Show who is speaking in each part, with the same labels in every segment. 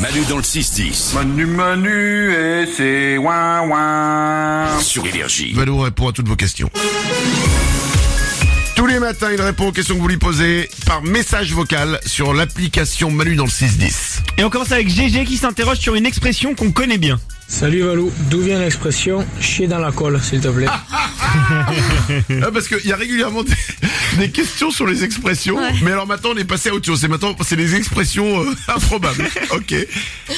Speaker 1: Manu dans le 6-10.
Speaker 2: Manu Manu et c'est ouin ouin.
Speaker 1: Sur Énergie.
Speaker 3: Valou répond à toutes vos questions. Tous les matins, il répond aux questions que vous lui posez par message vocal sur l'application Manu dans le 610.
Speaker 4: Et on commence avec GG qui s'interroge sur une expression qu'on connaît bien.
Speaker 5: Salut Valou, d'où vient l'expression chier dans la colle, s'il te plaît
Speaker 4: Hmm.
Speaker 3: Ah, parce qu'il y a régulièrement des, des questions sur les expressions, mais alors maintenant on est passé à autre chose. C'est maintenant c'est les expressions euh, improbables. ok.
Speaker 4: Euh,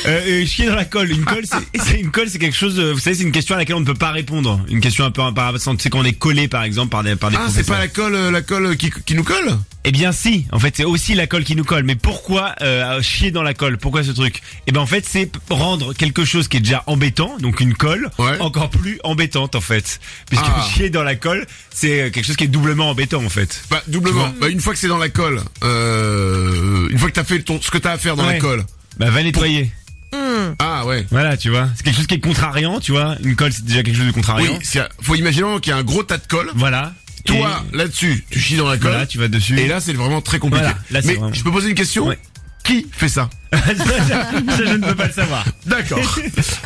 Speaker 4: euh, chier dans la colle. Une colle, c'est- c'est une colle, c'est quelque chose. euh, Vous savez, c'est une question à laquelle on ne peut pas répondre. Une question un peu embarrassante. C'est quand on est collé, par exemple, par des par des
Speaker 3: Ah, c'est
Speaker 4: professeurs.
Speaker 3: pas la colle, euh, la colle qui, qui nous colle
Speaker 4: Eh bien, si. En fait, c'est aussi la colle qui nous colle. Mais pourquoi euh, chier dans la colle Pourquoi ce truc Eh ben, en fait, c'est p- rendre quelque chose qui est déjà embêtant, donc une colle,
Speaker 3: Ouais.
Speaker 4: encore plus embêtante, en fait, puisque
Speaker 3: Ah.
Speaker 4: chier dans la colle, c'est euh, quelque chose qui est doublement embêtant, en fait.
Speaker 3: Bah doublement. Bah, une fois que c'est dans la colle, euh, une fois que t'as fait ton, ce que t'as à faire dans la
Speaker 4: Ouais.
Speaker 3: colle.
Speaker 4: Bah, va nettoyer.
Speaker 3: Ah ouais.
Speaker 4: Voilà, tu vois. C'est quelque chose qui est contrariant, tu vois. Une colle, c'est déjà quelque chose de
Speaker 3: Oui,
Speaker 4: contrariant.
Speaker 3: c'est- faut imaginer qu'il y a un gros tas de colle.
Speaker 4: Voilà.
Speaker 3: Toi,
Speaker 4: Et-
Speaker 3: là-dessus, tu chies dans la colle.
Speaker 4: voilà, tu vas dessus.
Speaker 3: Et là, c'est vraiment très compliqué.
Speaker 4: Voilà, là, c'est
Speaker 3: Mais
Speaker 4: vraiment-
Speaker 3: je peux poser une question
Speaker 4: Ouais.
Speaker 3: Qui fait ça
Speaker 4: ça, ça, ça, je ne peux pas le savoir.
Speaker 3: D'accord.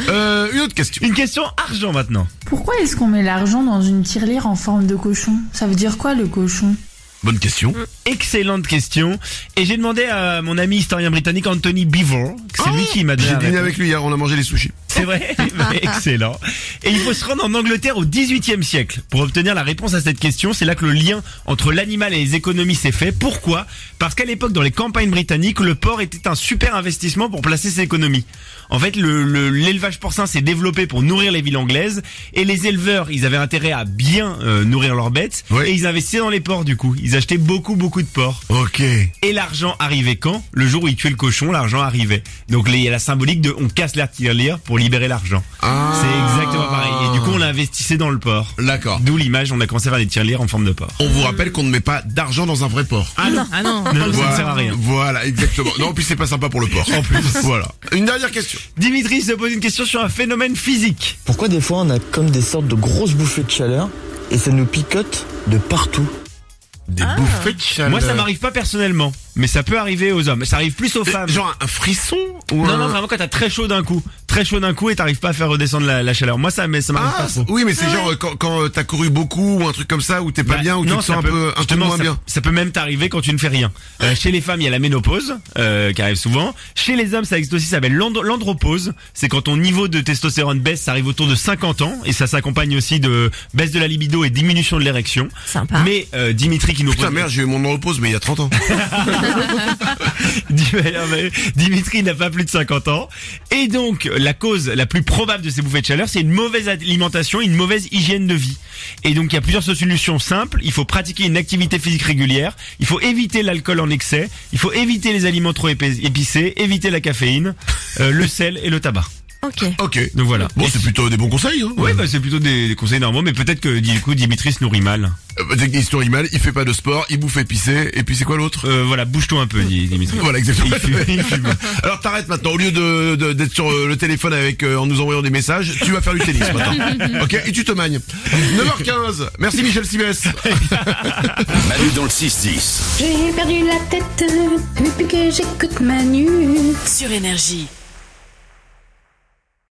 Speaker 3: Euh, une autre question.
Speaker 4: Une question argent maintenant.
Speaker 6: Pourquoi est-ce qu'on met l'argent dans une tirelire en forme de cochon Ça veut dire quoi le cochon
Speaker 3: Bonne question.
Speaker 4: Excellente question. Et j'ai demandé à mon ami historien britannique Anthony Beevor. que C'est lui qui m'a donné.
Speaker 3: Ah, J'ai
Speaker 4: la
Speaker 3: dîné
Speaker 4: réponse.
Speaker 3: avec lui hier, on a mangé les sushis.
Speaker 4: C'est vrai Excellent. Et il faut se rendre en Angleterre au 18e siècle pour obtenir la réponse à cette question. C'est là que le lien entre l'animal et les économies s'est fait. Pourquoi Parce qu'à l'époque, dans les campagnes britanniques, le porc était un super investissement pour placer ses économies. En fait, le- le- l'élevage porcin s'est développé pour nourrir les villes anglaises et les éleveurs, ils avaient intérêt à bien euh, nourrir leurs bêtes
Speaker 3: Ouais.
Speaker 4: et ils investissaient dans les porcs du coup. Ils achetaient beaucoup beaucoup de porcs.
Speaker 3: Ok.
Speaker 4: Et l'argent arrivait quand Le jour où il tuait le cochon, l'argent arrivait. Donc les- il y a la symbolique de on casse la tirelire pour libérer l'argent.
Speaker 3: Ah.
Speaker 4: C'est exactement pareil. Et du coup, on l'investissait dans le porc.
Speaker 3: D'accord.
Speaker 4: D'où l'image, on a commencé à faire des tirelires en forme de porc.
Speaker 3: On vous rappelle qu'on ne met pas d'argent dans un vrai porc.
Speaker 4: Ah non, ah non, non, ça ne sert à rien.
Speaker 3: Voilà, exactement. Non, en plus c'est pas sympa pour le porc. En plus. Voilà. Une dernière question.
Speaker 4: Dimitri se pose une question sur un phénomène physique.
Speaker 7: Pourquoi des fois on a comme des sortes de grosses bouffées de chaleur et ça nous picote de partout
Speaker 3: Des bouffées de chaleur.
Speaker 4: Moi, ça m'arrive pas personnellement, mais ça peut arriver aux hommes. Ça arrive plus aux femmes.
Speaker 3: Genre un frisson ou
Speaker 4: Non,
Speaker 3: un-
Speaker 4: non, vraiment quand t'as très chaud d'un coup, très chaud d'un coup et t'arrives pas à faire redescendre la, la chaleur. Moi, ça, mais ça m'arrive
Speaker 3: Ah,
Speaker 4: pas trop.
Speaker 3: oui, mais c'est genre euh, quand, quand euh, t'as couru beaucoup ou un truc comme ça où t'es pas
Speaker 4: Bah,
Speaker 3: bien ou tu
Speaker 4: non,
Speaker 3: te
Speaker 4: ça
Speaker 3: sens un
Speaker 4: peut-
Speaker 3: peu un peu
Speaker 4: justement,
Speaker 3: moins
Speaker 4: ça,
Speaker 3: bien.
Speaker 4: Ça peut même t'arriver quand tu ne fais rien. Euh, chez les femmes, il y a la ménopause euh, qui arrive souvent. Chez les hommes, ça existe aussi, ça s'appelle l'andro- l'andropause. C'est quand ton niveau de testostérone baisse, ça arrive autour de 50 ans et ça s'accompagne aussi de baisse de la libido et diminution de l'érection.
Speaker 8: Sympa.
Speaker 4: Mais euh, Dimitri qui nous
Speaker 3: Putain
Speaker 4: pose-
Speaker 3: merde, j'ai eu mon repose mais il y a 30 ans.
Speaker 4: Dim- non, mais Dimitri n'a pas plus de 50 ans. Et donc, la cause la plus probable de ces bouffées de chaleur, c'est une mauvaise alimentation, une mauvaise hygiène de vie. Et donc, il y a plusieurs solutions simples. Il faut pratiquer une activité physique régulière. Il faut éviter l'alcool en excès. Il faut éviter les aliments trop épais- épicés. Éviter la caféine, euh, le sel et le tabac.
Speaker 8: Ok.
Speaker 3: OK.
Speaker 4: Donc voilà.
Speaker 3: Bon,
Speaker 4: Et-
Speaker 3: c'est plutôt des bons conseils hein.
Speaker 4: Ouais, bah, c'est plutôt des, des conseils normaux, mais peut-être que du coup, Dimitri se nourrit mal.
Speaker 3: Euh, bah, Histoire mal, il fait pas de sport, il bouffe épicé et puis c'est quoi l'autre
Speaker 4: Euh, voilà, bouge-toi un peu, dit Dimitri.
Speaker 3: Voilà,
Speaker 4: Il
Speaker 3: exactement.
Speaker 4: fume, il fume.
Speaker 3: Alors t'arrêtes maintenant, au lieu de de- d'être sur euh, le téléphone avec euh, en nous envoyant des messages, tu vas faire du tennis maintenant. ok, et tu te magnes. 9h15, merci Michel Simès.
Speaker 1: Manu dans le 6-10.
Speaker 9: J'ai perdu la tête depuis que j'écoute Manu.
Speaker 8: Sur Énergie.